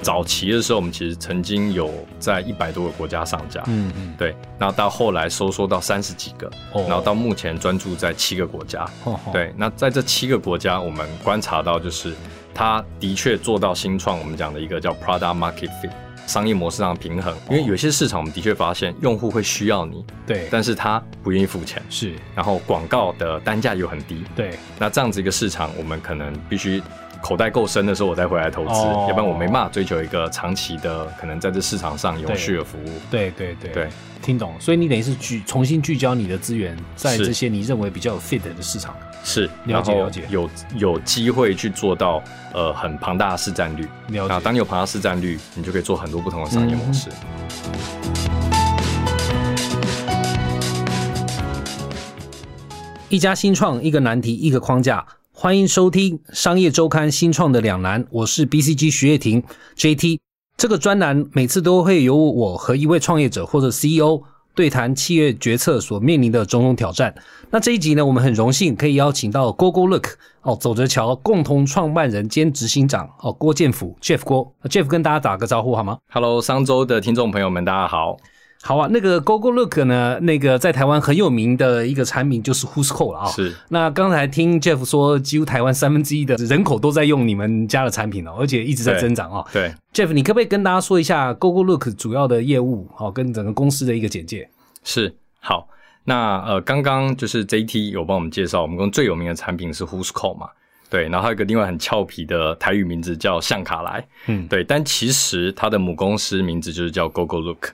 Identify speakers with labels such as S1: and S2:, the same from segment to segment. S1: 早期的时候，我们其实曾经有在一百多个国家上架，
S2: 嗯嗯，
S1: 对，然后到后来收缩到三十几个，
S2: 哦
S1: 然后到目前专注在七个国家。
S2: 吼吼，
S1: 对，那在这七个国家，我们观察到就是它的确做到新创我们讲的一个叫 product market fit 商业模式上的平
S2: 哦
S1: 衡，因为有些市场我们的确发现用户会需要你，
S2: 对，
S1: 但是他不愿意付钱，
S2: 是，
S1: 然后广告的单价又很低，
S2: 对，
S1: 那这样子一个市场，我们可能必须口袋够深的时候，我再回来投资，
S2: 哦
S1: 要不然我没办法追求一个长期的，可能在这市场上永续的服务。
S2: 对，对，对，
S1: 对，
S2: 听懂。所以你等于是聚重新聚焦你的资源在
S1: 是
S2: 这些你认为比较有 fit 的市场。
S1: 是，
S2: 了
S1: 然
S2: 解
S1: 后
S2: 了解
S1: 有有机会去做到呃很庞大的市占率。
S2: 了
S1: 那
S2: 解。嗯
S1: 当你有庞大市占率，你就可以做很多不同的商业模式。
S2: 一家新创，一个难题，一个框架。欢迎收听《商业周刊》新创的两难，我是 BCG 徐叶婷 JT。这个专栏每次都会由我和一位创业者或者 CEO 对谈企业决策所面临的种种挑战。那这一集呢，我们很荣幸可以邀请到 Go Go Look 哦，走着瞧共同创办人兼执行长哦郭建甫 Jeff 郭呃 Jeff 跟大家打个招呼好吗？
S1: Hello，商周的听众朋友们，大家好。
S2: 好啊，那个 Go Go Look 呢，那个在台湾很有名的一个产品就是 Who's Call 了啊、
S1: 是
S2: 那刚才听 Jeff 说，几乎台湾三分之一的人口都在用你们家的产品哦，而且一直在
S1: 对
S2: 增长哦。
S1: 对，
S2: Jeff，你可不可以跟大家说一下 Google Look 主要的业务哦，跟整个公司的一个简介？
S1: 是好。那呃，刚刚就是 JT 有帮我们介绍，我们公司最有名的产品是 Who's Call 嘛，对，然后还有一个另外很俏皮的台语名字叫向卡来，
S2: 嗯
S1: 对，但其实它的母公司名字就是叫 GoGo Look。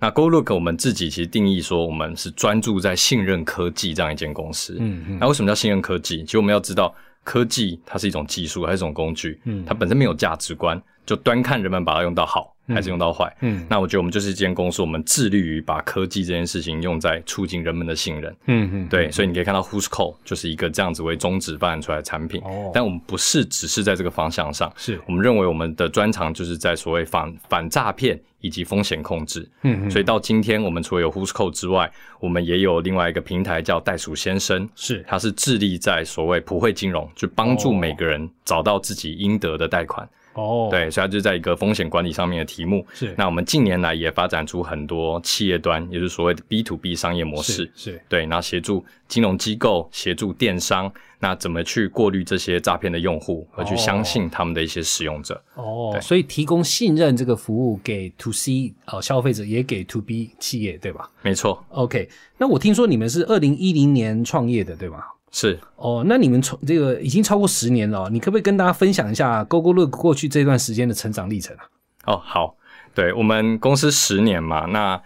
S1: 那 Go Look 我们自己其实定义说，我们是专注在信任科技这样一间公司。
S2: 嗯嗯
S1: 那为什么叫信任科技？其实我们要知道，科技它是一种技术，它是一种工具，
S2: 嗯
S1: 它本身没有价值观，就端看人们把它用到好还是用到坏。
S2: 嗯
S1: 那我觉得我们就是一间公司，我们致力于把科技这件事情用在促进人们的信任。
S2: 嗯嗯，
S1: 对，所以你可以看到 Who's Call 就是一个这样子为宗旨发展出来的产品。
S2: 哦嗯
S1: 但我们不是只是在这个方向上，
S2: 是，
S1: 我们认为我们的专长就是在所谓反反诈骗以及风险控制。
S2: 嗯
S1: 所
S2: 以
S1: 以到今天，我们除了有 Who's Call 之外，我们也有另外一个平台叫袋鼠先生，
S2: 是
S1: 它是致力在所谓普惠金融，去帮助
S2: 哦
S1: 每个人找到自己应得的贷款。
S2: 哦，
S1: 对，所以它就在一个风险管理上面的题目。
S2: 是
S1: 那我们近年来也发展出很多企业端，也就是所谓的 B to B 商业模式
S2: 是。是
S1: 对，那协助金融机构、协助电商，那怎么去过滤这些诈骗的用户，而去相信他们的一些使用者？
S2: 哦，
S1: 对
S2: 所以提供信任这个服务给 To C 呃消费者，也给 To B 企业，对吧
S1: 没错，
S2: ？OK，那我听说你们是二零一零年创业的，对吧？
S1: 是
S2: 哦，那你们从这个已经超过十年了哦，你可不可以跟大家分享一下 Google Look 过去这段时间的成长历程啊？
S1: 哦，好，对我们公司十年嘛，那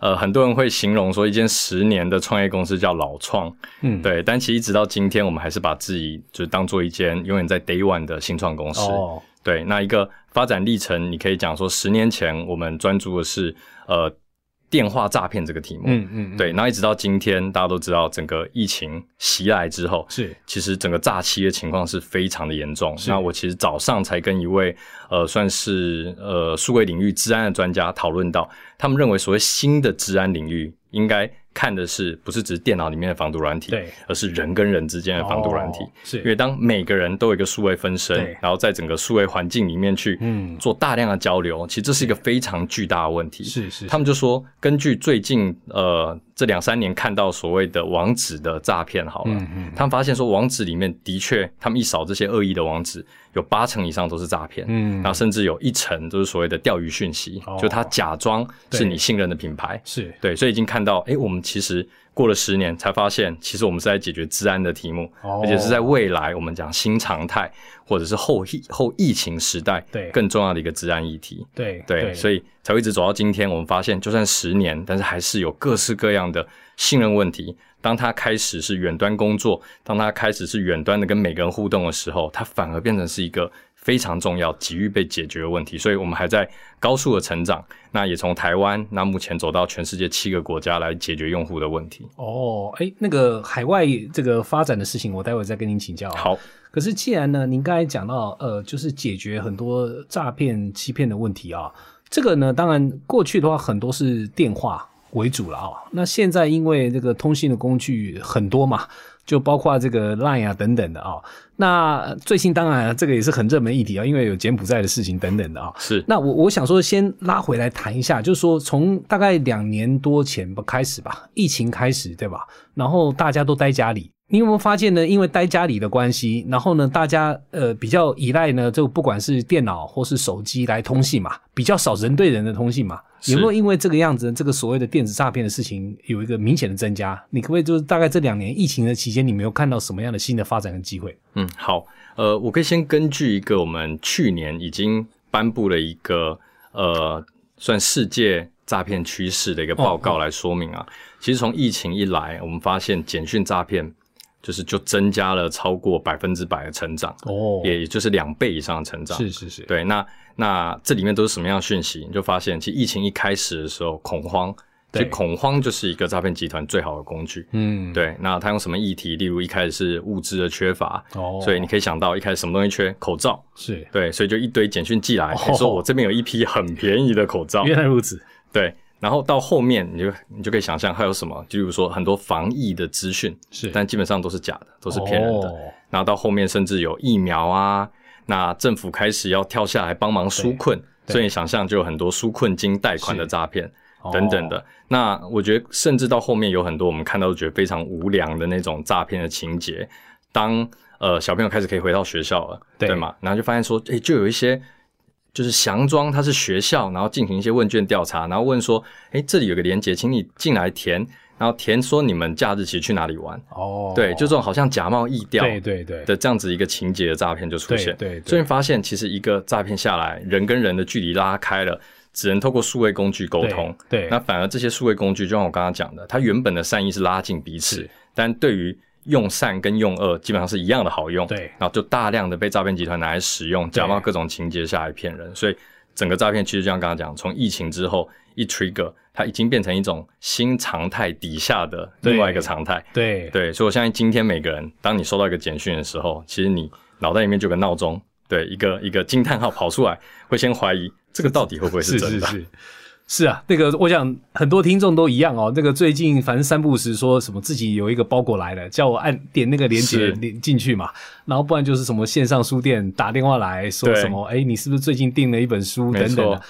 S1: 呃，很多人会形容说一间十年的创业公司叫老创，
S2: 嗯，，
S1: 对，但其实一直到今天，我们还是把自己就是当做一间永远在 day one 的新创公司。
S2: 哦，
S1: 对，那一个发展历程，你可以讲说，十年前我们专注的是呃电话诈骗这个题目，
S2: 嗯嗯，嗯，
S1: 对，然后一直到今天，大家都知道整个疫情袭来之后，
S2: 是，
S1: 其实整个诈欺的情况是非常的严重。
S2: 是
S1: 那我其实早上才跟一位呃，算是呃数位领域治安的专家讨论到，他们认为所谓新的治安领域应该看的是不是只是电脑里面的防毒软体，
S2: 对，
S1: 而是人跟人之间的呃防毒软体。
S2: 哦是，
S1: 因为当每个人都有一个数位分身
S2: 对，
S1: 然后在整个数位环境里面去
S2: 嗯
S1: 做大量的交流，其实这是一个非常巨大的问题。
S2: 是是，
S1: 他们就说，根据最近呃这两三年看到所谓的网址的诈骗，好了，
S2: 嗯嗯
S1: 他们发现说网址里面的确，他们一扫这些恶意的网址，有八成以上都是诈骗，
S2: 嗯，
S1: 然后甚至有一成都是所谓的钓鱼讯息，
S2: 哦
S1: 就他假装是
S2: 对
S1: 你信任的品牌，
S2: 是
S1: 对，所以已经看到，哎，我们其实过了十年才发现，其实我们是在解决治安的题目，
S2: 哦
S1: 而且是在未来我们讲新常态或者是后疫后疫情时代
S2: 对
S1: 更重要的一个治安议题。
S2: 对
S1: 对，所
S2: 以
S1: 以才会一直走到今天。我们发现，就算十年，但是还是有各式各样的信任问题。当他开始是远端工作，当他开始是远端的跟每个人互动的时候，他反而变成是一个非常重要、急于被解决的问题。所以，我们还在高速的成长。那也从台湾，那目前走到全世界七个国家来解决用户的问题。
S2: 哦，哎，那个海外这个发展的事情，我待会再跟您请教。。啊
S1: 好，
S2: 可是既然呢，您刚才讲到，呃，就是解决很多诈骗、欺骗的问题啊，这个呢，当然过去的话很多是电话为主了啊、那现在因为这个通信的工具很多嘛，就包括这个 Line 啊等等的啊、那最近当然、啊这个也是很热门议题啊，因为有柬埔寨的事情等等的啊、
S1: 是
S2: 那我我想说，先拉回来谈一下，就是说从大概两年多前吧开始吧，疫情开始对吧？然后大家都待家里，你有没有发现呢？因为待家里的关系，然后呢，大家呃比较依赖呢，就不管是电脑或是手机来通信嘛，比较少人对人的通信嘛。
S1: 是
S2: 有没有因为这个样子，这个所谓的电子诈骗的事情有一个明显的增加？你可不可以就是大概这两年疫情的期间，你没有看到什么样的新的发展跟机会？
S1: 嗯，好，呃，我可以先根据一个我们去年已经颁布了一个呃，算世界诈骗趋势的一个报
S2: 哦
S1: 告来说明啊。其实从疫情一来，我们发现简讯诈骗就是就增加了超过百分之百的成长，
S2: 哦
S1: 也就是两倍以上的成长。
S2: 是是是，
S1: 对，那那这里面都是什么样的讯息？你就发现，其实疫情一开始的时候，恐慌，其实
S2: 对
S1: 恐慌就是一个诈骗集团最好的工具。
S2: 嗯，
S1: 对，那他用什么议题？例如一开始是物资的缺乏，
S2: 哦，
S1: 所以你可以想到一开始什么东西缺，口罩，
S2: 是
S1: 对，所以就一堆简讯寄来，
S2: 哦
S1: 说我这边有一批很便宜的口 罩，
S2: 原来如此，
S1: 对，然后到后面你就你就可以想象还有什么，就比如说很多防疫的资讯，
S2: 是
S1: 但基本上都是假的，都是骗人的。
S2: 哦
S1: 然后到后面甚至有疫苗啊，那政府开始要跳下来帮忙纾困，
S2: 对
S1: 所以你想象就有很多纾困金贷款的诈骗
S2: 哦
S1: 等等的。那我觉得甚至到后面有很多我们看到都觉得非常无良的那种诈骗的情节，当呃小朋友开始可以回到学校了，
S2: 对
S1: 吗？然后就发现说，诶、就有一些。就是佯装他是学校，然后进行一些问卷调查，然后问说：“诶，这里有个连接，请你进来填。”然后填说你们假日其实去哪里玩？
S2: 哦，
S1: 对，就这种好像假冒易调，
S2: 对对对
S1: 的这样子一个情节的诈骗就出现。
S2: 对对对
S1: 所以发现其实一个诈骗下来，人跟人的距离拉开了，只能透过数位工具沟通。
S2: 对对
S1: 那反而这些数位工具，就像我刚刚讲的，它原本的善意是拉近彼此
S2: 是，
S1: 但对于用善跟用恶基本上是一样的好用。
S2: 对
S1: 然后就大量的被诈骗集团拿来使用，假冒各种情节下来骗人，所以。整个诈骗其实就像刚刚讲，从疫情之后一 trigger，它已经变成一种新常态底下的另外一个
S2: 对
S1: 常态。
S2: 对
S1: 对，所以我相信今天每个人，当你收到一个简讯的时候，其实你脑袋里面就有个闹钟，对，一个一个惊叹号跑出来，会先怀疑这个到底会不会是
S2: 是
S1: 真
S2: 是
S1: 的？
S2: 是。是啊，那个我想很多听众都一样哦。那个最近反正三不五时说什么自己有一个包裹来了，叫我按点那个链接
S1: 是
S2: 连进去嘛，然后不然就是什么线上书店打电话来说
S1: 对
S2: 什么，哎，你是不是最近订了一本书
S1: 没
S2: 等等的
S1: 错，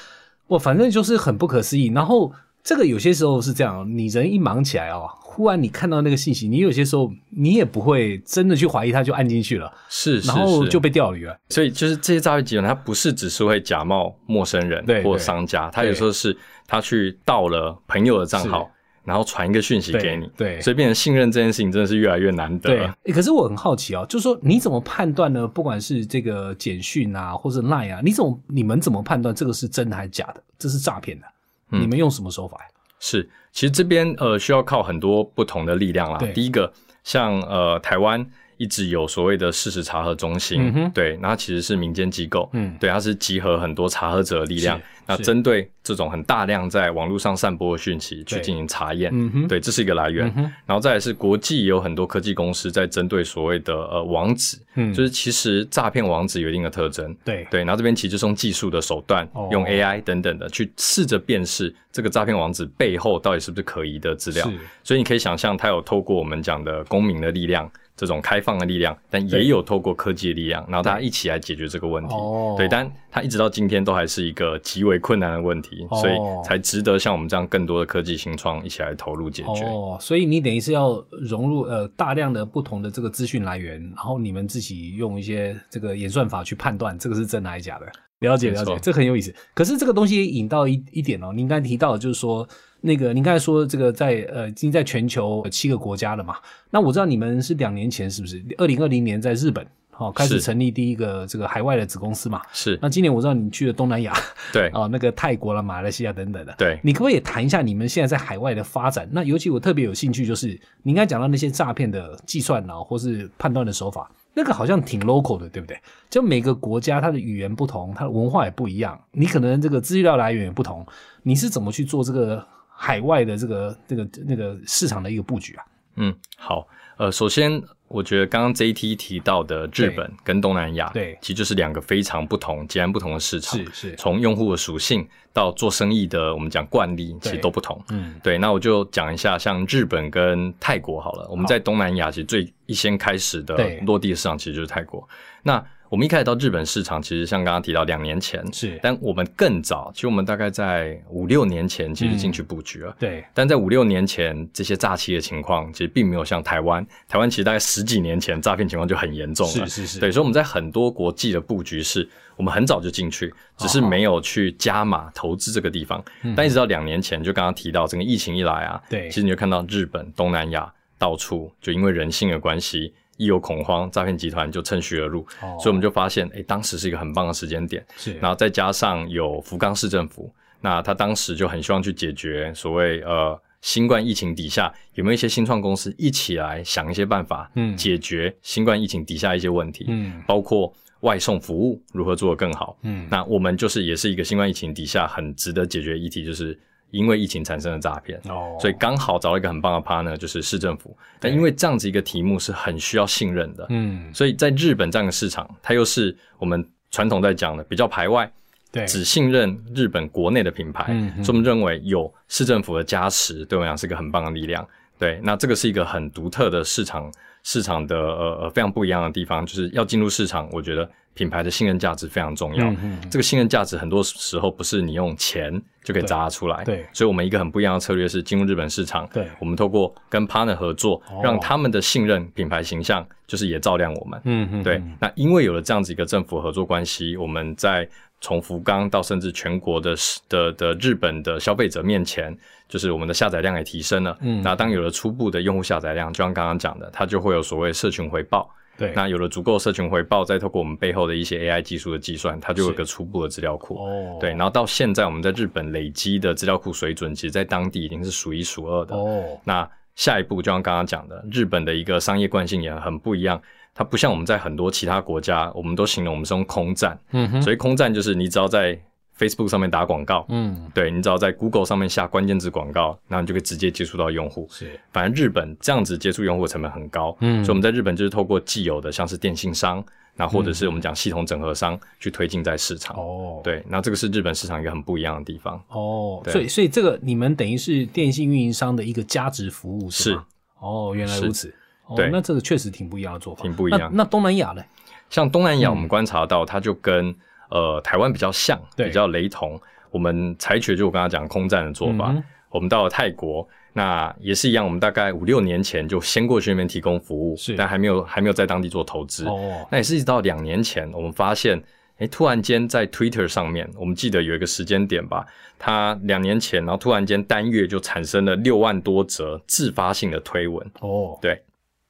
S2: 我反正就是很不可思议。然后这个有些时候是这样，哦你人一忙起来哦，忽然你看到那个信息，你有些时候你也不会真的去怀疑它，就按进去了，
S1: 是是
S2: 然后
S1: 是
S2: 就被钓鱼了。
S1: 所以就是这些诈骗集团，它不是只是会假冒陌生人
S2: 对
S1: 或
S2: 对
S1: 商家，它
S2: 对
S1: 有时候是他去盗了朋友的账号，然后传一个讯息
S2: 对
S1: 给你，
S2: 对
S1: 所以变成信任这件事情真的是越来越难得
S2: 对，欸可是我很好奇哦，就是说你怎么判断呢？不管是这个简讯啊，或是 Line 啊，你怎么你们怎么判断这个是真的还是假的？这是诈骗的、
S1: 嗯
S2: 你们用什么手法呀？
S1: 是，其实这边呃需要靠很多不同的力量啦
S2: 对。
S1: 第一个，像呃台湾一直有所谓的事实查核中心，
S2: 嗯哼
S1: 对，那它其实是民间机构，
S2: 嗯
S1: 对，它是集合很多查核者的力量
S2: 是，
S1: 那
S2: 是
S1: 针对这种很大量在网络上散播的讯息去
S2: 对
S1: 进行查验，
S2: 嗯哼
S1: 对，这是一个来源。
S2: 嗯哼
S1: 然后再来是国际也有很多科技公司在针对所谓的呃网址，
S2: 嗯
S1: 就是其实诈骗网址有一定的特征，
S2: 对
S1: 对，然后这边其实就是用技术的手段，
S2: 哦
S1: 用 AI 等等的去试着辨识这个诈骗网址背后到底是不是可疑的资料
S2: 是。
S1: 所以你可以想象，它有透过我们讲的公民的力量，这种开放的力量，但
S2: 对
S1: 也有透过科技的力量，然后大家一起来解决这个问题。
S2: 哦
S1: 对，但它一直到今天都还是一个极为困难的问题，
S2: 哦
S1: 所以才值得像我们这样更多的科技新创一起来投入解决。
S2: 哦，所以你等于是要融入呃大量的不同的这个资讯来源，然后你们自己用一些这个演算法去判断这个是真的还是假的。了解
S1: 没
S2: 了
S1: 错
S2: 解，这很有意思。可是这个东西也引到一一点哦，您刚才提到的就是说，那个您刚才说这个在呃已经在全球有七个国家了嘛？那我知道你们是两年前是不是？二零二零年在日本哦开始
S1: 是
S2: 成立第一个这个海外的子公司嘛？
S1: 是
S2: 那今年我知道你去了东南亚，
S1: 对
S2: 哦，那个泰国啦、马来西亚等等的。
S1: 对
S2: 你可不可以也谈一下你们现在在海外的发展？那尤其我特别有兴趣，就是你刚才讲到那些诈骗的计算啊，或是判断的手法，那个好像 挺 local 的，对不对？就每个国家它的语言不同，它的文化也不一样，你可能这个资料来源也不同，你是怎么去做这个海外的这个这个那个市场的一个布局啊？
S1: 嗯，好，呃，首先我觉得刚刚 JT 提到的日本跟东南亚，
S2: 对
S1: 其实就是两个非常不同、截然不同的市场。
S2: 是是，
S1: 从用户的属性到做生意的，我们讲惯例，其实
S2: 对
S1: 都不同。
S2: 嗯，
S1: 对，那我就讲一下，像日本跟泰国好了。我们在东南亚其实最一先开始的
S2: 对
S1: 落地市场其实就是泰国。那我们一开始到日本市场，其实像刚刚提到两年前，
S2: 是，
S1: 但我们更早，其实我们大概在五六年前其实
S2: 嗯
S1: 进去布局了。
S2: 对
S1: 但在五六年前，这些诈欺的情况其实并没有像台湾，台湾其实大概十几年前诈骗情况就很严重了。
S2: 是是是，
S1: 对，所以我们在很多国际的布局是，我们很早就进去，只
S2: 哦
S1: 是没有去加码投资这个地方。但一直到两年前，就刚刚提到整个疫情一来啊，
S2: 嗯对
S1: 其实你就看到日本、东南亚到处就因为人性的关系，一有恐慌，诈骗集团就趁虚而入，
S2: 哦
S1: 所以我们就发现，哎，当时是一个很棒的时间点。
S2: 是，
S1: 然后再加上有福冈市政府，那他当时就很希望去解决所谓呃新冠疫情底下有没有一些新创公司一起来想一些办法，
S2: 嗯
S1: 解决新冠疫情底下一些问题，
S2: 嗯
S1: 包括外送服务如何做得更好。
S2: 嗯，
S1: 那我们就是也是一个新冠疫情底下很值得解决的议题，就是因为疫情产生的诈骗。
S2: 哦，
S1: 所以刚好找到一个很棒的 partner，就是市政府。但
S2: 对
S1: 因为这样子一个题目是很需要信任的，
S2: 嗯，
S1: 所以在日本这样的市场，它又是我们传统在讲的比较排外，
S2: 对，
S1: 只信任日本国内的品牌，
S2: 嗯嗯
S1: 所以我们认为有市政府的加持，对我们来讲是一个很棒的力量。对，那这个是一个很独特的市场，市场的呃呃非常不一样的地方，就是要进入市场，我觉得品牌的信任价值非常重要。
S2: 嗯嗯嗯
S1: 这个信任价值很多时候不是你用钱就可以砸出来，
S2: 对
S1: 所以我们一个很不一样的策略是进入日本市场，
S2: 对
S1: 我们透过跟 partner 合作
S2: 哦，
S1: 让他们的信任品牌形象就是也照亮我们。
S2: 嗯嗯，
S1: 对
S2: 嗯，
S1: 那因为有了这样子一个政府合作关系，我们在从福冈到甚至全国的市的的日本的消费者面前，就是我们的下载量也提升了。
S2: 嗯
S1: 那当有了初步的用户下载量，就像刚刚讲的，它就会有所谓社群回报。
S2: 对，
S1: 那有了足够社群回报，再透过我们背后的一些 AI 技术的计算，它就有一个初步的资料库。
S2: 哦，
S1: 对，然后到现在我们在日本累积的资料库水准，其实在当地已经是数一数二的。
S2: 哦，
S1: 那下一步就像刚刚讲的，日本的一个商业惯性也很不一样，它不像我们在很多其他国家，我们都形容我们是用空战，
S2: 嗯哼，
S1: 所以空战就是你只要在 Facebook 上面打广告，
S2: 嗯，
S1: 对你只要在 Google 上面下关键字广告，那你就可以直接接触到用户。
S2: 是，
S1: 反正日本这样子接触用户的成本很高，
S2: 嗯
S1: 所以我们在日本就是透过既有的像是电信商，那或者是我们讲系统整合商去推进在市场。
S2: 哦，。
S1: 啊对，那这个是日本市场一个很不一样的地方。
S2: 哦，
S1: 对
S2: 所以所以这个你们等于是电信运营商的一个价值服务是吗？哦，原来如此。哦
S1: 对
S2: 那这个确实挺不一样的做法，
S1: 挺不一样
S2: 那那东南亚嘞？
S1: 像东南亚，我们观察到，它就跟、呃台湾比较像，
S2: 嗯对
S1: 比较雷同。我们采取就我刚刚讲空战的做法，
S2: 嗯哼
S1: 我们到了泰国，那也是一样，我们大概五六年前就先过去那边提供服务，
S2: 是
S1: 但还没有还没有在当地做投资。
S2: 哦，
S1: 那也是一直到两年前，我们发现，哎，突然间在 Twitter 上面，我们记得有一个时间点吧，它两年前，然后突然间单月就产生了六万多则自发性的推文，
S2: 哦，
S1: 对，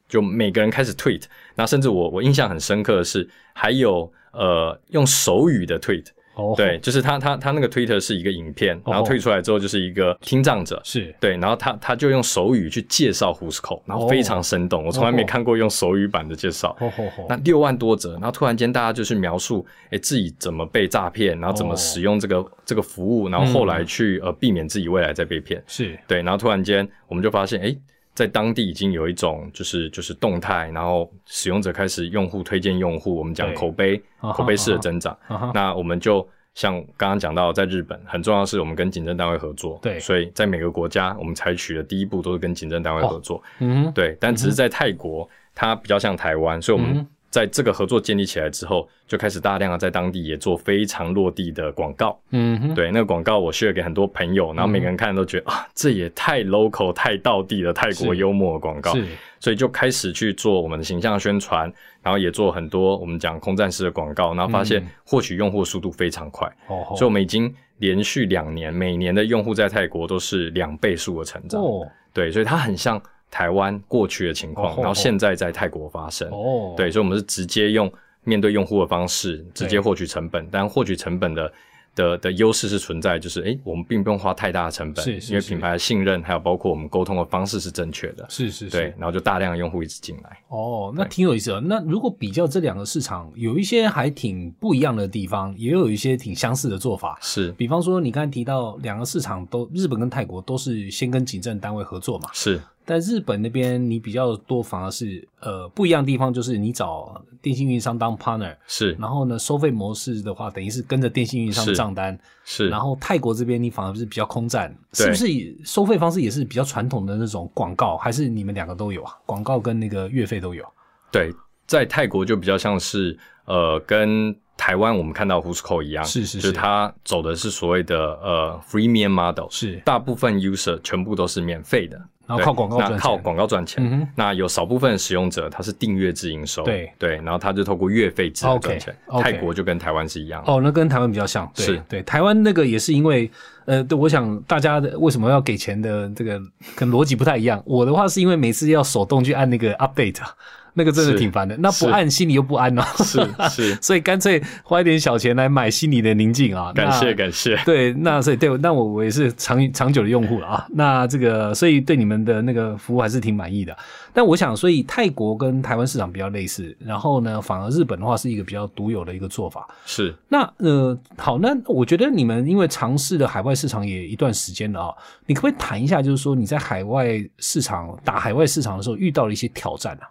S1: 就每个人开始 tweet，那甚至我我印象很深刻的是，还有呃用手语的 tweet，
S2: 哦，
S1: 对，，就是他他他那个 Twitter 是一个影片，然后
S2: 哦
S1: 退出来之后就是一个听障者。
S2: 是
S1: 对，然后他他就用手语去介绍 Who'sco，然后非常生动，我从来没看过用手语版的介绍。
S2: 哦吼吼，
S1: 那六万多则，然后突然间大家就去描述，哎，自己怎么被诈骗，然后怎么
S2: 哦嗯
S1: 使用这个、这个服务，然后后来去、呃避免自己未来再被骗。
S2: 是
S1: 对，然后突然间我们就发现，哎，在当地已经有一种就是就是动态，然后使用者开始用户推荐用户，我们讲
S2: 对
S1: 口碑
S2: 啊哈
S1: 口碑式的增长。
S2: 啊哈，
S1: 那我们就像刚刚讲到，在日本很重要的是我们跟警政单位合作，
S2: 对
S1: 所以在每个国家我们采取的第一步都是跟警政单位合作，
S2: 嗯哼，
S1: 对，但只是在泰国、它比较像台湾，所以我
S2: 嗯
S1: 们
S2: 哼。
S1: 在这个合作建立起来之后，就开始大量的在当地也做非常落地的广告，
S2: 嗯哼，
S1: 对，那个广告我 share 给很多朋友，然后每个人
S2: 嗯
S1: 看都觉得、啊，这也太 local、太道地的泰国
S2: 是
S1: 幽默的广告，
S2: 是
S1: 所以就开始去做我们的形象宣传，然后也做很多我们讲空战式的广告，然后发现
S2: 嗯
S1: 获取用户速度非常快，
S2: 哦吼，
S1: 所以我们已经连续两年，每年的用户在泰国都是两倍数的成长，
S2: 哦
S1: 对，所以它很像台湾过去的情况，
S2: 哦吼
S1: 然后现在在泰国发生，
S2: 哦，
S1: 对，所以我们是直接用面对用户的方式直接获取成本，但获取成本的的的优势是存在，就是诶，我们并不用花太大的成本，
S2: 是是
S1: 因为
S2: 是
S1: 品牌的信任还有包括我们沟通的方式是正确的，
S2: 是是
S1: 对
S2: 是，，
S1: 然后就大量的用户一直进来。
S2: 哦，那挺有意思的。那如果比较这两个市场，有一些还挺不一样的地方，也有一些挺相似的做法。
S1: 是
S2: 比方说，你刚才提到两个市场都，日本跟泰国都是先跟警政单位合作嘛，
S1: 是，
S2: 但日本那边你比较多，反而是呃不一样的地方，就是你找电信运营商当 partner，
S1: 是
S2: 然后呢，收费模式的话，等于是跟着电信运营商
S1: 是
S2: 账单，
S1: 是，
S2: 然后泰国这边你反而是比较空战，
S1: 对
S2: 是不是也收费方式也是比较传统的那种广告，还是你们两个都有啊？广告跟那个月费都有，
S1: 对，在泰国就比较像是呃，跟台湾我们看到 Husco 一样，
S2: 是是
S1: 就是
S2: 是
S1: 它走的是所谓的呃 freemium model，
S2: 是，
S1: 大部分 user 全部都是免费的，
S2: 然后
S1: 对
S2: 靠广告赚
S1: 那
S2: 钱，
S1: 靠广告赚钱。
S2: 嗯哼
S1: 那有少部分使用者他是订阅制营收，
S2: 对
S1: 对，然后他就透过月费制来赚钱。
S2: OK，OK
S1: 泰国就跟台湾是一样的，
S2: 哦，那跟台湾比较像，对
S1: 是
S2: 对，台湾那个也是因为，呃，对，我想大家的为什么要给钱的这个跟逻辑不太一样。我的话是因为每次要手动去按那个 update，啊那个真的
S1: 是
S2: 挺烦的，那不
S1: 是
S2: 按心里又不安哦，，
S1: 是是
S2: 所以干脆花一点小钱来买心里的宁静啊。
S1: 感
S2: 那
S1: 谢感谢。
S2: 对，那所以对，那我我也是长长久的用户了啊。那这个，所以对你们的那个服务还是挺满意的。但我想，所以泰国跟台湾市场比较类似，然后呢，反而日本的话是一个比较独有的一个做法。
S1: 是
S2: 那呃，好，那我觉得你们因为尝试的海外市场也一段时间了啊、你可不可以谈一下，就是说你在海外市场打海外市场的时候遇到了一些挑战啊？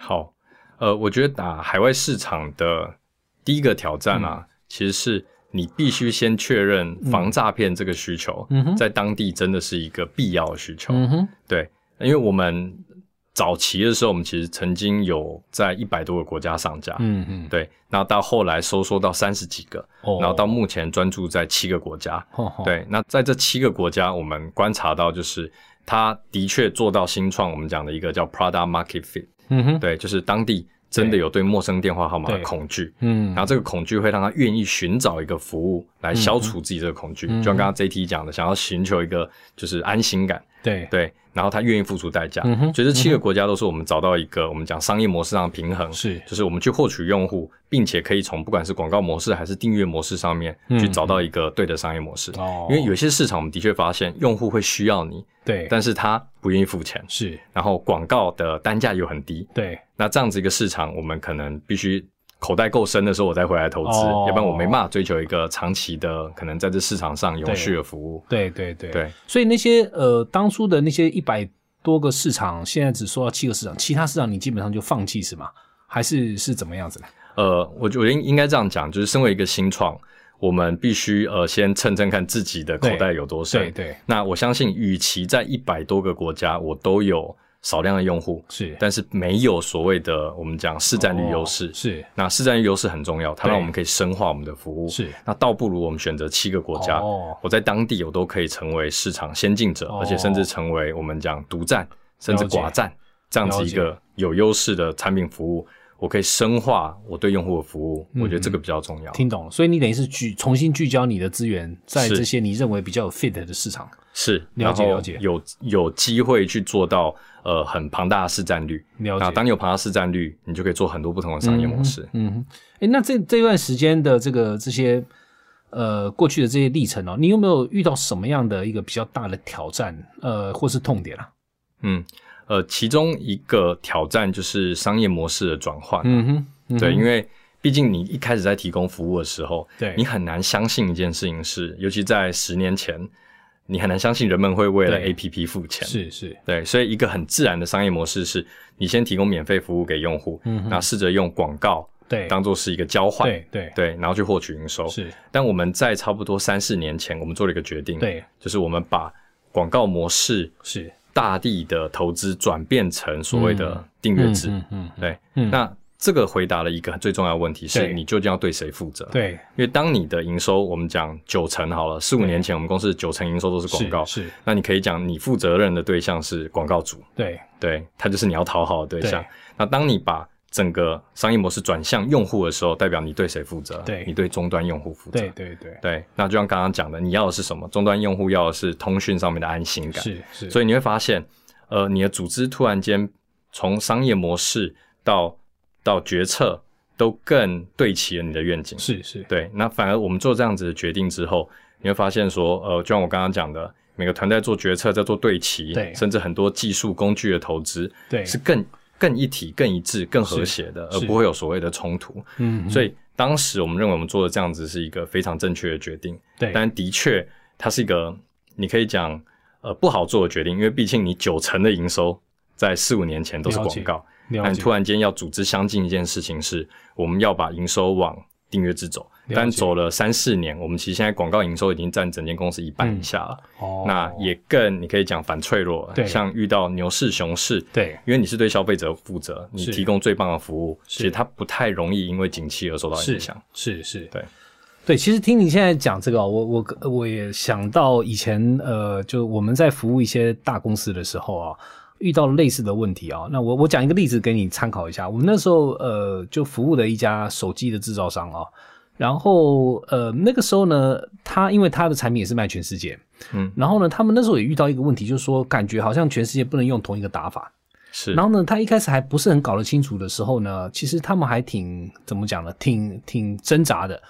S1: 好，呃，我觉得打海外市场的第一个挑战啊，
S2: 嗯
S1: 其实是你必须先确认防诈骗这个需求，
S2: 嗯哼嗯
S1: 在当地真的是一个必要的需求。
S2: 哼，
S1: 对，因为我们早期的时候，我们其实曾经有在一百多个国家上架，
S2: 嗯嗯，
S1: 对，那到后来收缩到三十几个，
S2: 哦
S1: 然后到目前专注在七个国家。
S2: 哦哦
S1: 对，那在这七个国家，我们观察到就是它的确做到新创我们讲的一个叫 product market fit，
S2: 嗯哼，
S1: 对，就是当地真的有对陌生电话号码的
S2: 对
S1: 恐惧，
S2: 嗯，
S1: 然后这个恐惧会让他愿意寻找一个服务来消除自己这个恐惧，
S2: 嗯嗯
S1: 就像刚刚 JT 讲的，想要寻求一个就是安心感，
S2: 对
S1: 对，然后他愿意付出代价。
S2: 嗯哼
S1: 所以这七个国家都是我们找到一个我们讲商业模式上的平衡，
S2: 是
S1: 就是我们去获取用户，并且可以从不管是广告模式还是订阅模式上面
S2: 嗯
S1: 去找到一个对的商业模式。
S2: 哦，
S1: 因为有些市场我们的确发现用户会需要你，
S2: 对，
S1: 但是他不愿意付钱，
S2: 是
S1: 然后广告的单价又很低，
S2: 对
S1: 那这样子一个市场，我们可能必须口袋够深的时候，我再回来投资，
S2: 哦
S1: 要不然我没办法追求一个长期的，可能在这市场上永续的服务。
S2: 对对对
S1: 对，
S2: 所以那些呃当初的那些一百多个市场，现在只说到七个市场，其他市场你基本上就放弃是吗？还是是怎么样子呢？
S1: 呃，我觉得应应该这样讲，就是身为一个新创，我们必须呃先称称看自己的口袋有多深。
S2: 对对
S1: 那我相信，与其在一百多个国家我都有少量的用户，
S2: 是，
S1: 但是没有所谓的我们讲市占率优势。
S2: 哦是
S1: 那市占率优势很重要，它
S2: 对
S1: 让我们可以深化我们的服务。
S2: 是
S1: 那倒不如我们选择七个国家，
S2: 哦
S1: 我在当地我都可以成为市场先进者，
S2: 哦
S1: 而且甚至成为我们讲独占甚至
S2: 了解
S1: 寡占这样子一
S2: 了
S1: 个有优势的产品服务，我可以深化我对用户的服务，我觉得这个比较重要。
S2: 听懂了，所以你等于是聚重新聚焦你的资源在
S1: 是
S2: 这些你认为比较有 fit 的市场。
S1: 是，
S2: 了解
S1: 然后
S2: 了解
S1: 有有机会去做到呃很庞大的市占率。
S2: 了
S1: 那
S2: 解，
S1: 当你有庞大的市占率，你就可以做很多不同的商业模式。
S2: 嗯哼，哎，那这这段时间的这个这些呃过去的这些历程哦，你有没有遇到什么样的一个比较大的挑战，呃，或是痛点啊？
S1: 嗯，呃，其中一个挑战就是商业模式的转换。
S2: 嗯哼，嗯哼
S1: 对，因为毕竟你一开始在提供服务的时候，
S2: 对
S1: 你很难相信一件事情是，尤其在十年前，你很难相信人们会为了
S2: 对
S1: APP 付钱。
S2: 是是，
S1: 对，所以一个很自然的商业模式是，你先提供免费服务给用户，
S2: 嗯哼
S1: 那试着用广告
S2: 对，
S1: 当做是一个交换，
S2: 对对
S1: 对，然后去获取营收。
S2: 是，
S1: 但我们在差不多三四年前，我们做了一个决定，，
S2: 对
S1: 就是我们把广告模式
S2: 是
S1: 大地的投资转变成所谓的订阅制。
S2: 嗯嗯，嗯
S1: 对，
S2: 嗯
S1: 那这个回答了一个最重要的问题，是
S2: 对
S1: 你究竟要对谁负责？，
S2: 对，
S1: 因为当你的营收，我们讲九成好了，四五年前我们公司九成营收都是广告，
S2: 是，是
S1: 那你可以讲你负责任的对象是广告主，
S2: 对
S1: 对，他就是你要讨好的对象
S2: 对。
S1: 那当你把整个商业模式转向用户的时候，代表你对谁负责？
S2: 对
S1: 你对终端用户负责。
S2: 对对对，
S1: 对，那就像刚刚讲的，你要的是什么？终端用户要的是通讯上面的安心感。
S2: 是是，
S1: 所
S2: 以
S1: 以你会发现，呃，你的组织突然间从商业模式到到决策都更对齐了你的愿景。
S2: 是是，
S1: 对，那反而我们做这样子的决定之后，你会发现说，呃，就像我刚刚讲的，每个团队做决策在做对齐，
S2: 对
S1: 甚至很多技术工具的投资
S2: 对，
S1: 是更更一体、更一致、更和
S2: 是
S1: 谐的，
S2: 是
S1: 而不会有所谓的冲突。
S2: 嗯，嗯
S1: 所以当时我们认为我们做的这
S2: 嗯
S1: 样子是一个非常正确的决定。
S2: 对，
S1: 但的确，它是一个你可以讲呃不好做的决定，因为毕竟你九成的营收在四五年前都是
S2: 了解
S1: 广告，
S2: 了
S1: 但
S2: 解
S1: 突然间要组织相近一件事情是，我们要把营收往订阅制走。
S2: 解
S1: 但走了三四年，我们其实现在广告营收已经占整间公司一半以下了。
S2: 哦
S1: 那也更你可以讲反脆弱了
S2: 对，
S1: 像遇到牛市、熊市，
S2: 对，
S1: 因为你是对消费者负责，你
S2: 是
S1: 提供最棒的服务，
S2: 是
S1: 其实它不太容易因为景气而受到
S2: 是
S1: 影响。
S2: 是是，
S1: 对
S2: 对。其实听你现在讲这个哦，我我我也想到以前呃，就我们在服务一些大公司的时候啊。遇到类似的问题啊、那我我讲一个例子给你参考一下。我们那时候呃，就服务的一家手机的制造商啊、然后呃，那个时候呢，他因为他的产品也是卖全世界，
S1: 嗯，
S2: 然后呢，他们那时候也遇到一个问题，就是说感觉好像全世界不能用同一个打法，
S1: 是，
S2: 然后呢，他一开始还不是很搞得清楚的时候呢，其实他们还挺怎么讲呢？挺挺挣扎的，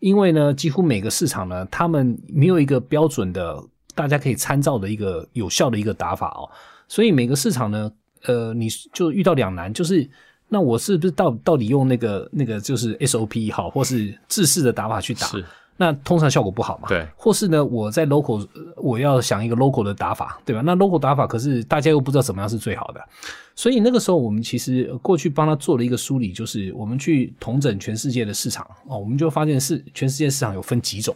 S2: 因为呢，几乎每个市场呢，他们没有一个标准的大家可以参照的一个有效的一个打法哦，所以每个市场呢，呃，你就遇到两难，就是那我是不是到到底用那个那个就是 SOP 好，或是制式的打法去打？
S1: 是
S2: 那通常效果不好嘛。
S1: 对
S2: 或是呢，我在 local，呃我要想一个 local 的打法，对吧？那 local 打法可是大家又不知道怎么样是最好的，所以那个时候我们其实呃过去帮他做了一个梳理，就是我们去统整全世界的市场哦，我们就发现是全世界市场有分几种，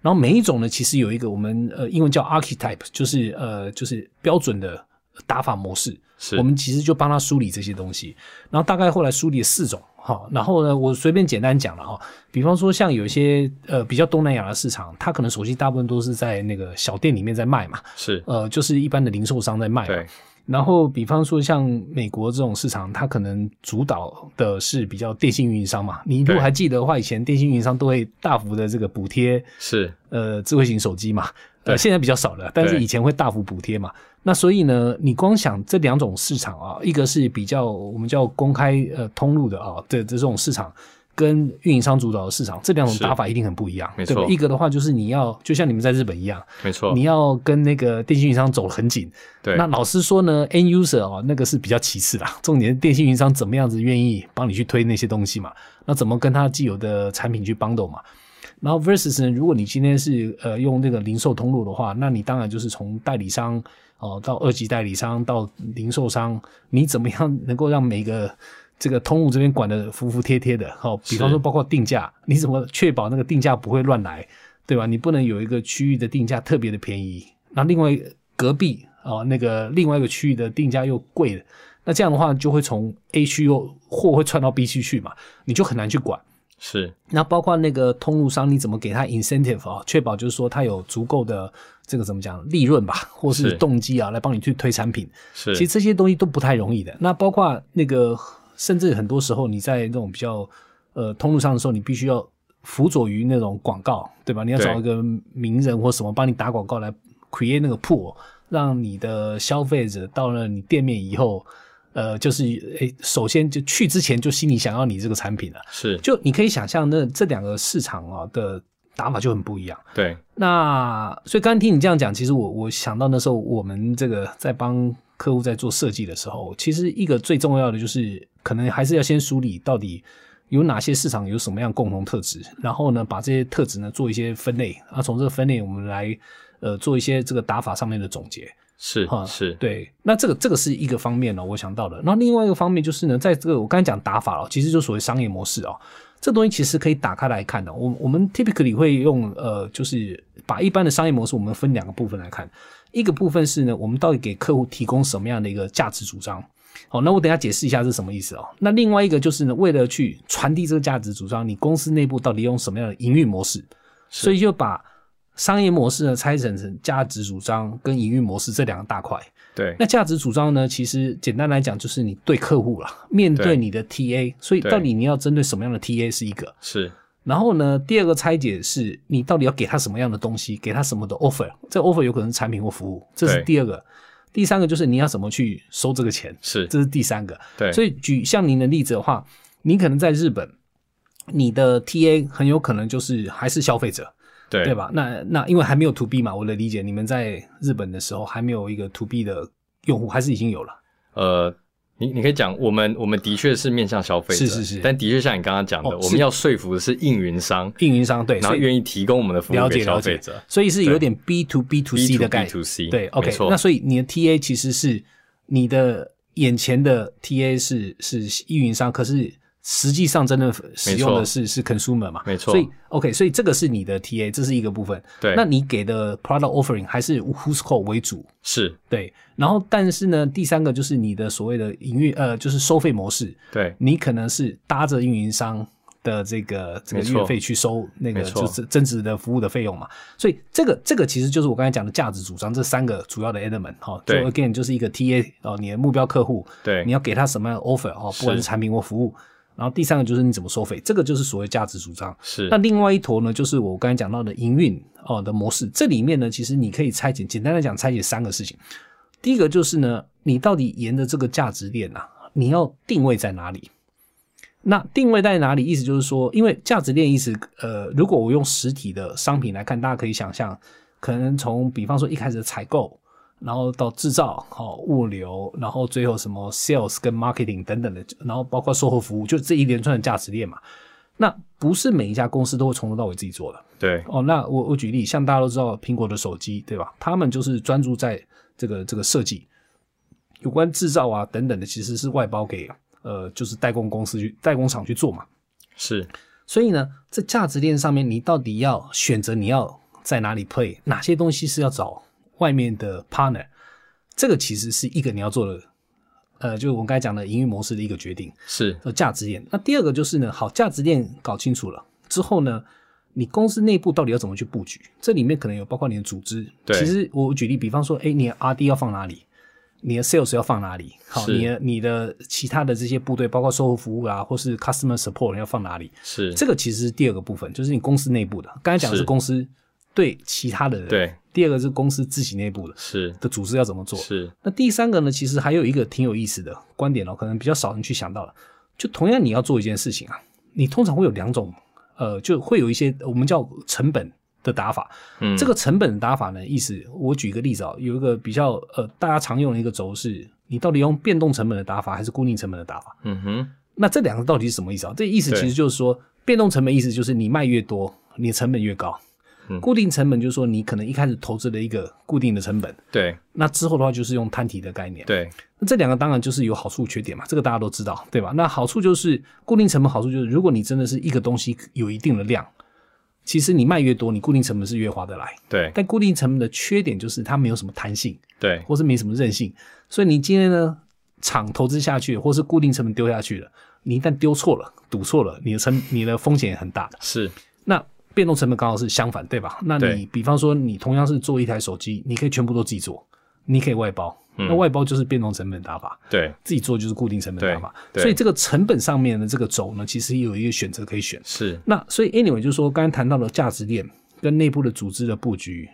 S2: 然后每一种呢其实有一个我们呃英文叫 archetype，就是呃就是标准的打法模式，
S1: 是
S2: 我们其实就帮他梳理这些东西，然后大概后来梳理了四种哈，然后呢，我随便简单讲了哈，比方说像有一些呃比较东南亚的市场，它可能手机大部分都是在那个小店里面在卖嘛，
S1: 是，
S2: 呃，就是一般的零售商在卖嘛
S1: 对，
S2: 然后比方说像美国这种市场，它可能主导的是比较电信运营商嘛，你如果
S1: 对
S2: 还记得的话，以前电信运营商都会大幅的这个补贴
S1: 是
S2: 呃智慧型手机嘛，呃
S1: 对
S2: 现在比较少了，但是
S1: 对
S2: 以前会大幅补贴嘛。那所以呢，你光想这两种市场啊，一个是比较我们叫公开呃通路的啊的这种市场。跟运营商主导的市场，这两种
S1: 是
S2: 打法一定很不一样，
S1: 没
S2: 对吧？
S1: 错
S2: 一个的话就是你要，就像你们在日本一样，
S1: 没错
S2: 你，要跟那个电信运营商走得很紧。
S1: 对
S2: 那老实说呢，end user 哦，那个是比较其次啦，重点是电信运营商怎么样子愿意帮你去推那些东西嘛，那怎么跟他既有的产品去 bundle 嘛。然后 versus 呢，如果你今天是呃用这个零售通路的话，那你当然就是从代理商哦、到二级代理商到零售商，你怎么样能够让每个这个通路这边管得服服帖帖的？哦，比方
S1: 是
S2: 说包括定价，你怎么确保那个定价不会乱来，对吧？你不能有一个区域的定价特别的便宜，那另外隔壁哦那个另外一个区域的定价又贵了，那这样的话就会从 A 区又货会窜到 B 区去嘛，你就很难去管。
S1: 是
S2: 那包括那个通路商，你怎么给他 incentive 啊、确保就是说他有足够的这个怎么讲利润吧，或是
S1: 是
S2: 动机啊，来帮你去推产品。
S1: 是，
S2: 其实这些东西都不太容易的。那包括那个，甚至很多时候你在那种比较呃通路上的时候，你必须要辅佐于那种广告，对吧？你要
S1: 对
S2: 找一个名人或什么帮你打广告来 create 那个 pool，让你的消费者到了你店面以后，呃，就是诶，首先就去之前就心里想要你这个产品了。
S1: 是
S2: 就你可以想象那这两个市场啊的打法就很不一样。
S1: 对
S2: 那所以刚刚听你这样讲，其实我我想到那时候我们这个在帮客户在做设计的时候，其实一个最重要的就是可能还是要先梳理到底有哪些市场有什么样共同特质，然后呢把这些特质呢做一些分类，啊从这个分类我们来呃做一些这个打法上面的总结。
S1: 是
S2: 哈
S1: 是，
S2: 对，那这个这个是一个方面呢、我想到的。那另外一个方面就是呢，在这个我刚才讲打法哦，其实就所谓商业模式哦，这东西其实可以打开来看的、我我们 typically 会用呃，就是把一般的商业模式，我们分两个部分来看。一个部分是呢，我们到底给客户提供什么样的一个价值主张？好，那我等一下解释一下是什么意思哦。那另外一个就是呢，为了去传递这个价值主张，你公司内部到底用什么样的营运模式？
S1: 是
S2: 所以就把商业模式呢拆成成价值主张跟营运模式这两个大块。
S1: 对
S2: 那价值主张呢？其实简单来讲，就是你对客户啦，面对
S1: 对
S2: 你的 TA，所以
S1: 对
S2: 到底你要针对什么样的 TA 是一个。
S1: 是
S2: 然后呢，第二个拆解是你到底要给他什么样的东西，给他什么的 offer，这 offer 有可能是产品或服务，这是
S1: 对
S2: 第二个。第三个就是你要怎么去收这个钱，
S1: 是，
S2: 这是第三个。
S1: 对
S2: 所以举像您的例子的话，你可能在日本，你的 TA 很有可能就是还是消费者，
S1: 对
S2: 对？吧？那那因为还没有 to B 嘛，我的理解，你们在日本的时候还没有一个 to B 的用户，还是已经有了。
S1: 呃，你你可以讲，我们我们的确是面向消费者，
S2: 是是是
S1: 但的确像你刚刚讲的，
S2: 哦
S1: 我
S2: 是
S1: 们要说服的是运营商，
S2: 运营商对，
S1: 然后
S2: 所以
S1: 愿意提供我们的服务
S2: 了
S1: 给
S2: 解
S1: 消
S2: 了
S1: 费
S2: 解
S1: 者，。
S2: 所以是有
S1: 对
S2: 点 B to B to C 的概
S1: B to C，
S2: 对
S1: 没
S2: ，OK，
S1: 错
S2: 那所以你的 TA 其实是你的眼前的 TA 是是运营商，可是实际上真的使用的是是 consumer 嘛？
S1: 没错
S2: 所以 OK，所以这个是你的 TA，这是一个部分。
S1: 对
S2: 那你给的 product offering 还是 Who's Call 为主？
S1: 是
S2: 对，然后但是呢，第三个就是你的所谓的营运呃，就是收费模式，
S1: 对，
S2: 你可能是搭着运营商的这个这
S1: 没
S2: 个
S1: 错
S2: 月费去收那个
S1: 没错
S2: 就是增值的服务的费用嘛，所以这个这个其实就是我刚才讲的价值主张这三个主要的 element 哈、哦，就
S1: 对
S2: again 就是一个 TA 哦，你的目标客户，
S1: 对
S2: 你要给他什么样的 offer 哦，不管是
S1: 是
S2: 产品或服务，然后第三个就是你怎么收费，这个就是所谓价值主张。
S1: 是
S2: 那另外一坨呢，就是我刚才讲到的营运哦的模式，这里面呢，其实你可以拆解，简单来讲，拆解三个事情。第一个就是呢，你到底沿着这个价值链啊，你要定位在哪里？那定位在哪里？意思就是说，因为价值链意思，呃，如果我用实体的商品来看，大家可以想象，可能从比方说一开始的采购，然后到制造、哦物流，然后最后什么 sales 跟 marketing 等等的，然后包括售后服务，就这一连串的价值链嘛。那不是每一家公司都会从头到尾自己做的
S1: 对
S2: 哦。那我我举例，像大家都知道苹果的手机，对吧？他们就是专注在这个这个设计，有关制造啊等等的，其实是外包给呃就是代工公司去代工厂去做嘛。
S1: 是
S2: 所以呢，在价值链上面，你到底要选择你要在哪里 play，哪些东西是要找外面的 partner，这个其实是一个你要做的，呃，就是我们刚才讲的营运模式的一个决定。
S1: 是
S2: 呃价值链。那第二个就是呢，好价值链搞清楚了之后呢，你公司内部到底要怎么去布局？这里面可能有包括你的组织。
S1: 对
S2: 其实我举例，比方说，哎，你的 R D 要放哪里？你的 sales 要放哪里？好，
S1: 是
S2: 你的你的其他的这些部队，包括售后服务啦、或是 customer support 要放哪里？
S1: 是
S2: 这个其实是第二个部分，就是你公司内部的。刚才讲的是
S1: 是
S2: 公司对其他的人，
S1: 对。
S2: 第二个是公司自己内部的
S1: 是
S2: 的组织要怎么做？
S1: 是
S2: 那第三个呢，其实还有一个挺有意思的观点哦，可能比较少人去想到了。就同样你要做一件事情啊，你通常会有两种，呃，就会有一些我们叫成本的打法。
S1: 嗯
S2: 这个成本打法呢，意思我举一个例子啊、有一个比较呃大家常用的一个轴是，你到底用变动成本的打法还是固定成本的打法？
S1: 嗯哼
S2: 那这两个到底是什么意思啊？这意思
S1: 对
S2: 其实就是说，变动成本意思就是你卖越多，你的成本越高。
S1: 嗯
S2: 固定成本就是说，你可能一开始投资了一个固定的成本，
S1: 对
S2: 那之后的话就是用摊提的概念。
S1: 对
S2: 那这两个当然就是有好处缺点嘛，这个大家都知道，对吧？那好处就是固定成本，好处就是如果你真的是一个东西有一定的量，其实你卖越多，你固定成本是越划得来。
S1: 对
S2: 但固定成本的缺点就是它没有什么弹性，
S1: 对
S2: 或是没什么韧性，所以你今天呢厂投资下去，或是固定成本丢下去了，你一旦丢错了、赌错了，你的成你的风险也很大的。
S1: 是
S2: 那变动成本刚好是相反，对吧？那你
S1: 对
S2: 比方说你同样是做一台手机，你可以全部都自己做，你可以外包，那外包就是变动成本打法，
S1: 对
S2: 自己做就是固定成本打法。
S1: 对对
S2: 所以这个成本上面的这个轴呢，其实有一个选择可以选。
S1: 是
S2: 那所以 anyway 就是说，刚才谈到了价值链跟内部的组织的布局。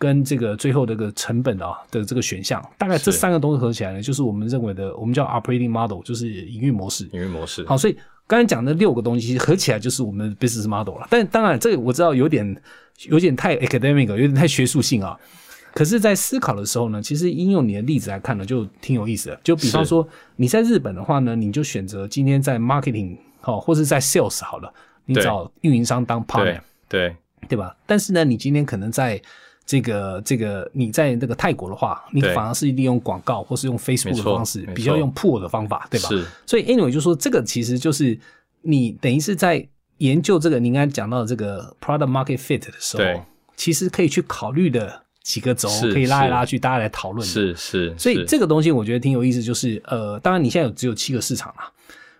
S2: 跟这个最后这个成本啊的这个选项，大概这
S1: 是
S2: 三个东西合起来呢，就是我们认为的，我们叫 operating model，就是营运模式。
S1: 营运模式
S2: 好，所以刚才讲的六个东西合起来就是我们的 business model 了。但当然，这个我知道有点有点太 academic，了有点太学术性啊。可是，在思考的时候呢，其实应用你的例子来看呢，就挺有意思的。就比方
S1: 是
S2: 说，你在日本的话呢，你就选择今天在 marketing 哦，或是在 sales 好了，你
S1: 对
S2: 找运营商当 partner，
S1: 对对
S2: 对吧？但是呢，你今天可能在这个这个你在那个泰国的话，你
S1: 对
S2: 反而是利用广告或是用 Facebook 的
S1: 错
S2: 方式
S1: 没，
S2: 比较
S1: 错
S2: 用 pull 的方法，对吧？
S1: 是
S2: 所以 anyway 就说这个其实就是你等于是在研究这个你刚才讲到的这个 product market fit 的时候
S1: 对，
S2: 其实可以去考虑的几个轴
S1: 是
S2: 可以拉来拉去，大家来讨论的。
S1: 是是，
S2: 嗯所以
S1: 是
S2: 这个东西我觉得挺有意思，就是呃，当然你现在有只有七个市场啊，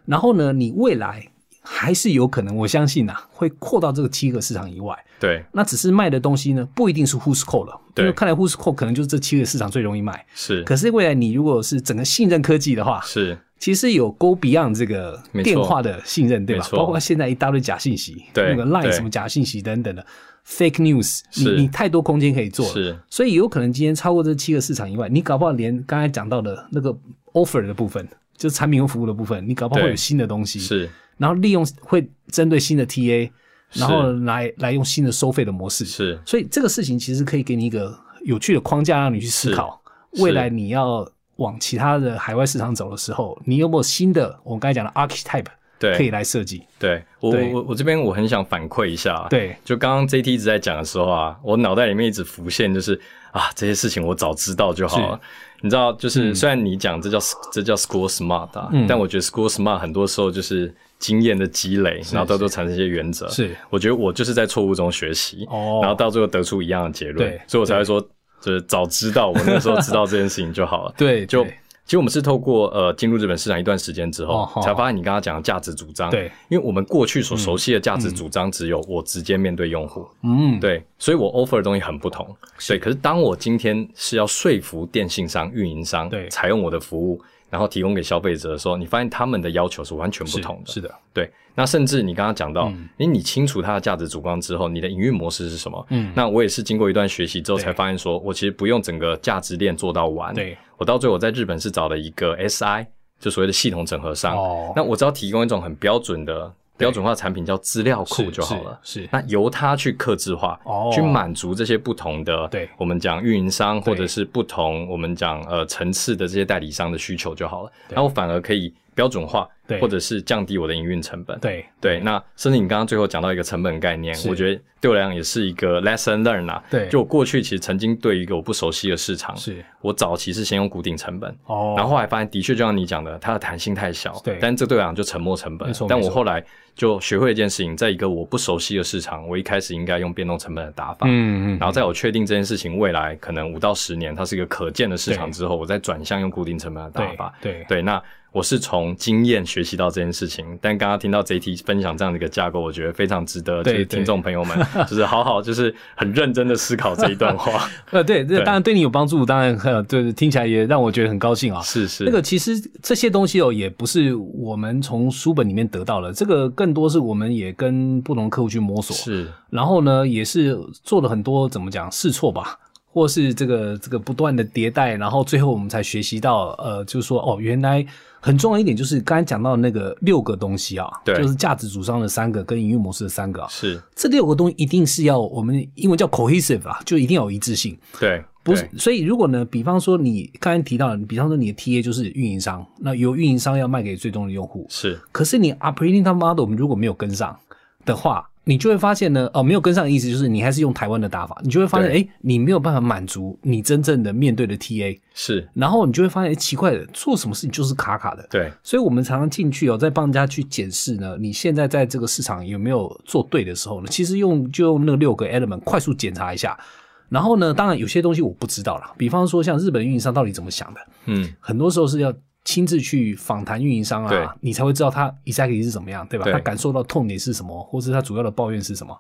S2: 然后呢，你未来还是有可能，我相信啊，会扩到这个七个市场以外。
S1: 对
S2: 那只是卖的东西呢，不一定是 Who's Call 了，因为
S1: 对
S2: 看来 Who's Call 可能就是这七个市场最容易卖。
S1: 是
S2: 可是未来你如果是整个信任科技的话，
S1: 是
S2: 其实有 Go Beyond 这个
S1: 没错
S2: 电话的信任，对吧
S1: 没？错
S2: 包括现在一大堆假信息，
S1: 对
S2: 那个 Line
S1: 对
S2: 什么假信息等等的 Fake News，
S1: 是
S2: 你你太多空间可以做了。
S1: 是
S2: 所以有可能今天超过这七个市场以外，你搞不好连刚才讲到的那个 offer 的部分，就是产品和服务的部分，你搞不好
S1: 对
S2: 会有新的东西。，
S1: 是
S2: 然后利用会针对新的 TA，
S1: 是
S2: 然后来来用新的收费的模式。
S1: 是
S2: 所以这个事情其实可以给你一个有趣的框架，让你去思考
S1: 是
S2: 未来你要往其他的海外市场走的时候，你有没有新的我们刚才讲的 archetype
S1: 对，
S2: 可以来设计？
S1: 对我
S2: 对
S1: 我我这边我很想反馈一下啊，
S2: 对
S1: 就刚刚 JT 一直在讲的时候啊，我脑袋里面一直浮现就是啊这些事情我早知道就好了。你知道，就是虽然你讲这叫、这叫 school smart 啊，
S2: 嗯
S1: 但我觉得 school smart 很多时候就是经验的积累，然后到最后产生一些原则。
S2: 是
S1: 我觉得我就是在错误中学习，
S2: 哦
S1: 然后到最后得出一样的结论
S2: 对，
S1: 所以我才会说，就是早知道我那个时候知道这件事情就好了。
S2: 对
S1: 就
S2: 对
S1: 其实我们是透过呃进入日本市场一段时间之后
S2: 哦，好
S1: 才发现你刚刚讲的价值主张。
S2: 对，
S1: 因为我们过去所熟悉的价值主张只有我直接面对用户，
S2: 嗯，
S1: 对，所以我 offer 的东西很不同。对，可是当我今天是要说服电信商、运营商
S2: 对
S1: 采用我的服务，然后提供给消费者的时候，你发现他们的要求是完全不
S2: 是
S1: 同的。
S2: 是的，
S1: 对，那甚至你刚刚讲到
S2: 嗯，
S1: 因为你清楚它的价值主观之后，你的营运模式是什么？
S2: 嗯
S1: 那我也是经过一段学习之后
S2: 对
S1: 才发现说，我其实不用整个价值链做到完。
S2: 对，
S1: 我到最后我在日本是找了一个 SI，就所谓的系统整合商。
S2: 哦
S1: 那我只要提供一种很标准的标准化产品，叫资料库
S2: 是
S1: 就好了。
S2: 是是
S1: 那由它去克制化，
S2: 哦
S1: 去满足这些不同的，
S2: 对
S1: 我们讲运营商
S2: 对
S1: 或者是不同我们讲呃层次的这些代理商的需求就好了。那我反而可以标准化
S2: 对，
S1: 或者是降低我的营运成本。
S2: 对
S1: 对，那甚至你刚刚最后讲到一个成本概念，
S2: 是
S1: 我觉得对我来讲也是一个 lesson learn 啊。
S2: 对
S1: 就我过去其实曾经对于一个我不熟悉的市场，
S2: 是
S1: 我早期是先用固定成本，
S2: 哦，
S1: 然后后来发现的确就像你讲的，它的弹性太小，
S2: 对
S1: 但这对我来讲就沉没成本
S2: 没错。
S1: 但
S2: 没
S1: 我
S2: 错
S1: 后来就学会一件事情，在一个我不熟悉的市场，我一开始应该用变动成本的打法。
S2: 嗯嗯，
S1: 然后在我确定这件事情未来可能五到十年它是一个可见的市场之后，我再转向用固定成本的打
S2: 对
S1: 法。
S2: 对
S1: 对，那我是从经验学习到这件事情，但刚刚听到 JT 分享这样的一个架构，我觉得非常值得，
S2: 对
S1: 就是
S2: 对
S1: 听众朋友们 就是好好就是很认真的思考这一段 话。
S2: 呃对，这
S1: 对
S2: 当然对你有帮助，当然呃对，听起来也让我觉得很高兴啊。
S1: 是是，
S2: 那个其实这些东西哦，也不是我们从书本里面得到的，这个更多是我们也跟不同客户去摸索，
S1: 是
S2: 然后呢，也是做了很多怎么讲试错吧，或是这个这个不断的迭代，然后最后我们才学习到，呃，就是说哦，原来很重要一点就是刚才讲到那个六个东西啊，
S1: 对
S2: 就是价值主张的三个跟营运模式的三个啊，
S1: 是，
S2: 这六个东西一定是要我们英文叫 cohesive 啊，就一定要有一致性。
S1: 对，
S2: 不是
S1: 对，
S2: 所以如果呢，比方说你刚才提到，比方说你的 TA 就是运营商，那由运营商要卖给最终的用户，
S1: 是
S2: 可是你 operating model 我们如果没有跟上的话，你就会发现呢，哦，没有跟上的意思就是你还是用台湾的打法，你就会发现，
S1: 对
S2: 哎，你没有办法满足你真正的面对的 TA，
S1: 是，
S2: 然后你就会发现，哎，奇怪的，做什么事情就是卡卡的。
S1: 对
S2: 所以，我们常常进去哦，在帮人家去检视呢，你现在在这个市场有没有做对的时候呢？其实用就用那六个 element 快速检查一下。然后呢，当然有些东西我不知道啦，比方说像日本运营商到底怎么想的，
S1: 嗯，
S2: 很多时候是要亲自去访谈运营商
S1: 对
S2: 啊，你才会知道他 exactly 是怎么样，对吧？
S1: 对
S2: 他感受到痛点是什么，或是他主要的抱怨是什么。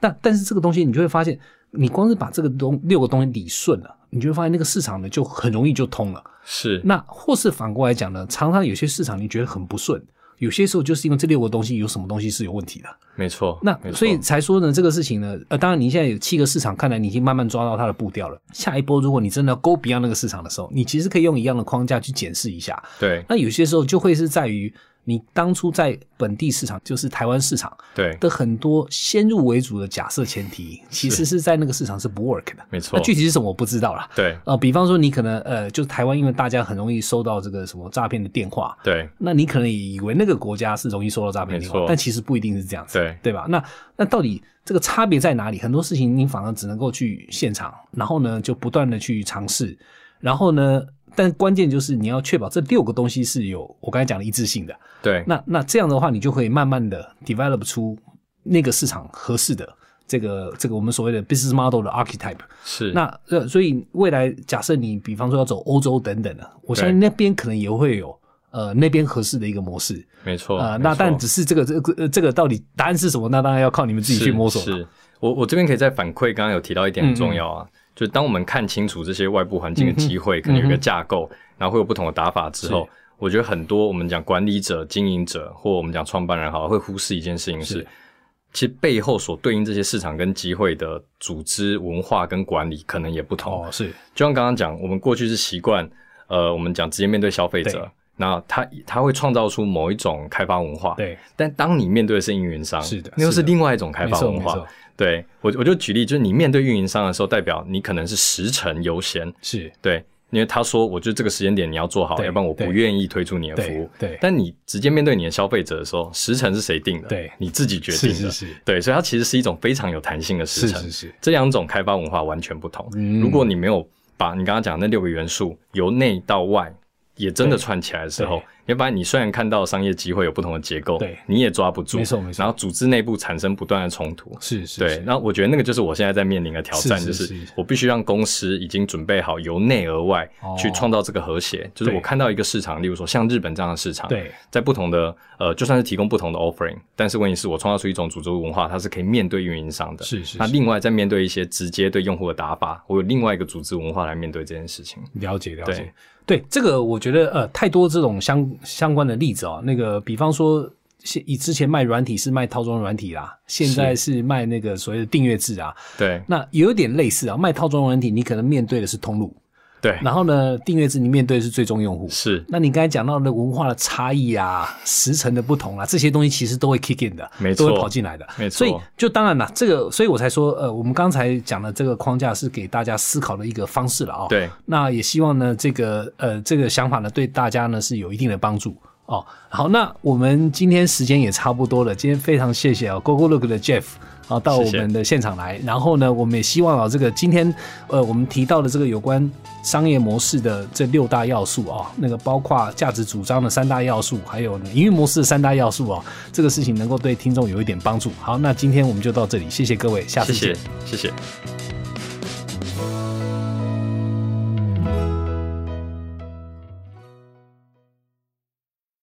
S2: 但但是这个东西，你就会发现，你光是把这个东六个东西理顺了，你就会发现那个市场呢就很容易就通了。
S1: 是，
S2: 那或是反过来讲呢，常常有些市场你觉得很不顺，有些时候就是因为这六个东西有什么东西是有问题的。
S1: 没错，
S2: 那
S1: 没
S2: 所以
S1: 错
S2: 才说呢，这个事情呢，呃，当然你现在有七个市场，看来你已经慢慢抓到它的步调了。下一波如果你真的要 go beyond 那个市场的时候，你其实可以用一样的框架去检视一下。
S1: 对
S2: 那有些时候就会是在于你当初在本地市场，就是台湾市场
S1: 对，
S2: 的很多先入为主的假设前提，其实是在那个市场是不 work 的。
S1: 没错
S2: 那，具体是什么我不知道啦。
S1: 对
S2: 呃，比方说你可能呃，就是台湾，因为大家很容易收到这个什么诈骗的电话，
S1: 对
S2: 那你可能也以为那个国家是容易收到诈骗电话
S1: 没，错
S2: 但其实不一定是这样子，
S1: 对
S2: 对吧？那那到底这个差别在哪里？很多事情你反而只能够去现场，然后呢就不断的去尝试，然后呢，但关键就是你要确保这六个东西是有我刚才讲的一致性的。
S1: 对，
S2: 那那这样的话，你就可以慢慢的 develop 出那个市场合适的这个这个我们所谓的 business model 的 archetype。
S1: 是
S2: 那呃，所以未来假设你比方说要走欧洲等等的，我相信那边可能也会有呃那边合适的一个模式。
S1: 没错
S2: 呃，
S1: 哦没
S2: 那但
S1: 错
S2: 只是这个这个呃这个到底答案是什么？那当然要靠你们自己去摸索嗯
S1: 是
S2: 了。
S1: 是我我这边可以再反馈，刚刚有提到一点很重要啊，就当我们看清楚这些外部环境的
S2: 嗯
S1: 机会，可能有一个架构，然后会有不同的打法之后
S2: 是，
S1: 我觉得很多我们讲管理者、经营者或我们讲创办人好了，会忽视一件事情是
S2: 是。
S1: 其实背后所对应这些市场跟机会的组织文化跟管理可能也不同
S2: 哦，是
S1: 就像刚刚讲，我们过去是习惯，呃，我们讲直接面对消费
S2: 对
S1: 者，那他他会创造出某一种开发文化。。
S2: 对，
S1: 但当你面对的是运营商，
S2: 是的
S1: 那又
S2: 是
S1: 是
S2: 的
S1: 另外一种开
S2: 没
S1: 发
S2: 错
S1: 文
S2: 没
S1: 化
S2: 错。，
S1: 对我我就举例，就是你面对运营商的时候，代表你可能是时程优先，
S2: 是
S1: 对因为他说，我觉得这个时间点你要做好，
S2: 对
S1: 要不然我不
S2: 对
S1: 愿意推出你的服务。
S2: 对对
S1: 但你直接面对你的消费者的时候，时程是谁定的？
S2: 对
S1: 你自己决定
S2: 是
S1: 的。
S2: 是是
S1: 对，所以它其实是一种非常有弹性的时
S2: 是
S1: 程。
S2: 是是，
S1: 这两种开发文化完全不同。
S2: 嗯
S1: 如果你没有把你刚刚讲的那六个元素由内到外也真的串起来的时候
S2: 对，
S1: 要不然你虽然看到商业机会有不同的结构，
S2: 对
S1: 你也抓不住，
S2: 没错没错
S1: 然后组织内部产生不断的冲突。
S2: 是是
S1: 对，，那我觉得那个就是我现在在面临的挑战，
S2: 是
S1: 就是是
S2: 是
S1: 我必须让公司已经准备好由内而外
S2: 哦
S1: 去创造这个和谐。就是
S2: 对
S1: 我看到一个市场，例如说像日本这样的市场，
S2: 对
S1: 在不同的呃，就算是提供不同的 offering，但是问题是我创造出一种组织文化，它是可以面对运营商的。
S2: 是是
S1: 那
S2: 是
S1: 另外再面对一些直接对用户的打法，我有另外一个组织文化来面对这件事情。
S2: 了解了解
S1: 对。
S2: 对这个，我觉得呃，太多这种相相关的例子哦。那个，比方说，现以之前卖软体是卖套装软体啦，现在是卖那个所谓的订阅制啊。
S1: 对
S2: 那也有点类似啊，卖套装软体，你可能面对的是通路，
S1: 对，
S2: 然后呢，订阅制你面对的是最终用户。
S1: 是
S2: 那你刚才讲到的文化的差异啊、时程的不同啊，这些东西其实都会 kick in 的，
S1: 没错
S2: 都会跑进来的，
S1: 没错
S2: 所以就当然啦，这个，所以我才说，呃，我们刚才讲的这个框架是给大家思考的一个方式了啊、
S1: 对，
S2: 那也希望呢，这个呃这个想法呢，对大家呢是有一定的帮助哦。好，那我们今天时间也差不多了，今天非常谢谢啊、哦、，Go Go Look 的 Jeff 啊、到我
S1: 谢谢
S2: 们的现场来，然后呢，我们也希望啊、这个今天呃我们提到的这个有关商业模式的这六大要素啊、那个包括价值主张的三大要素，还有呢营运模式的三大要素啊、这个事情能够对听众有一点帮助。好，那今天我们就到这里，谢谢各位，下
S1: 谢
S2: 次见。
S1: 谢谢谢。
S3: 「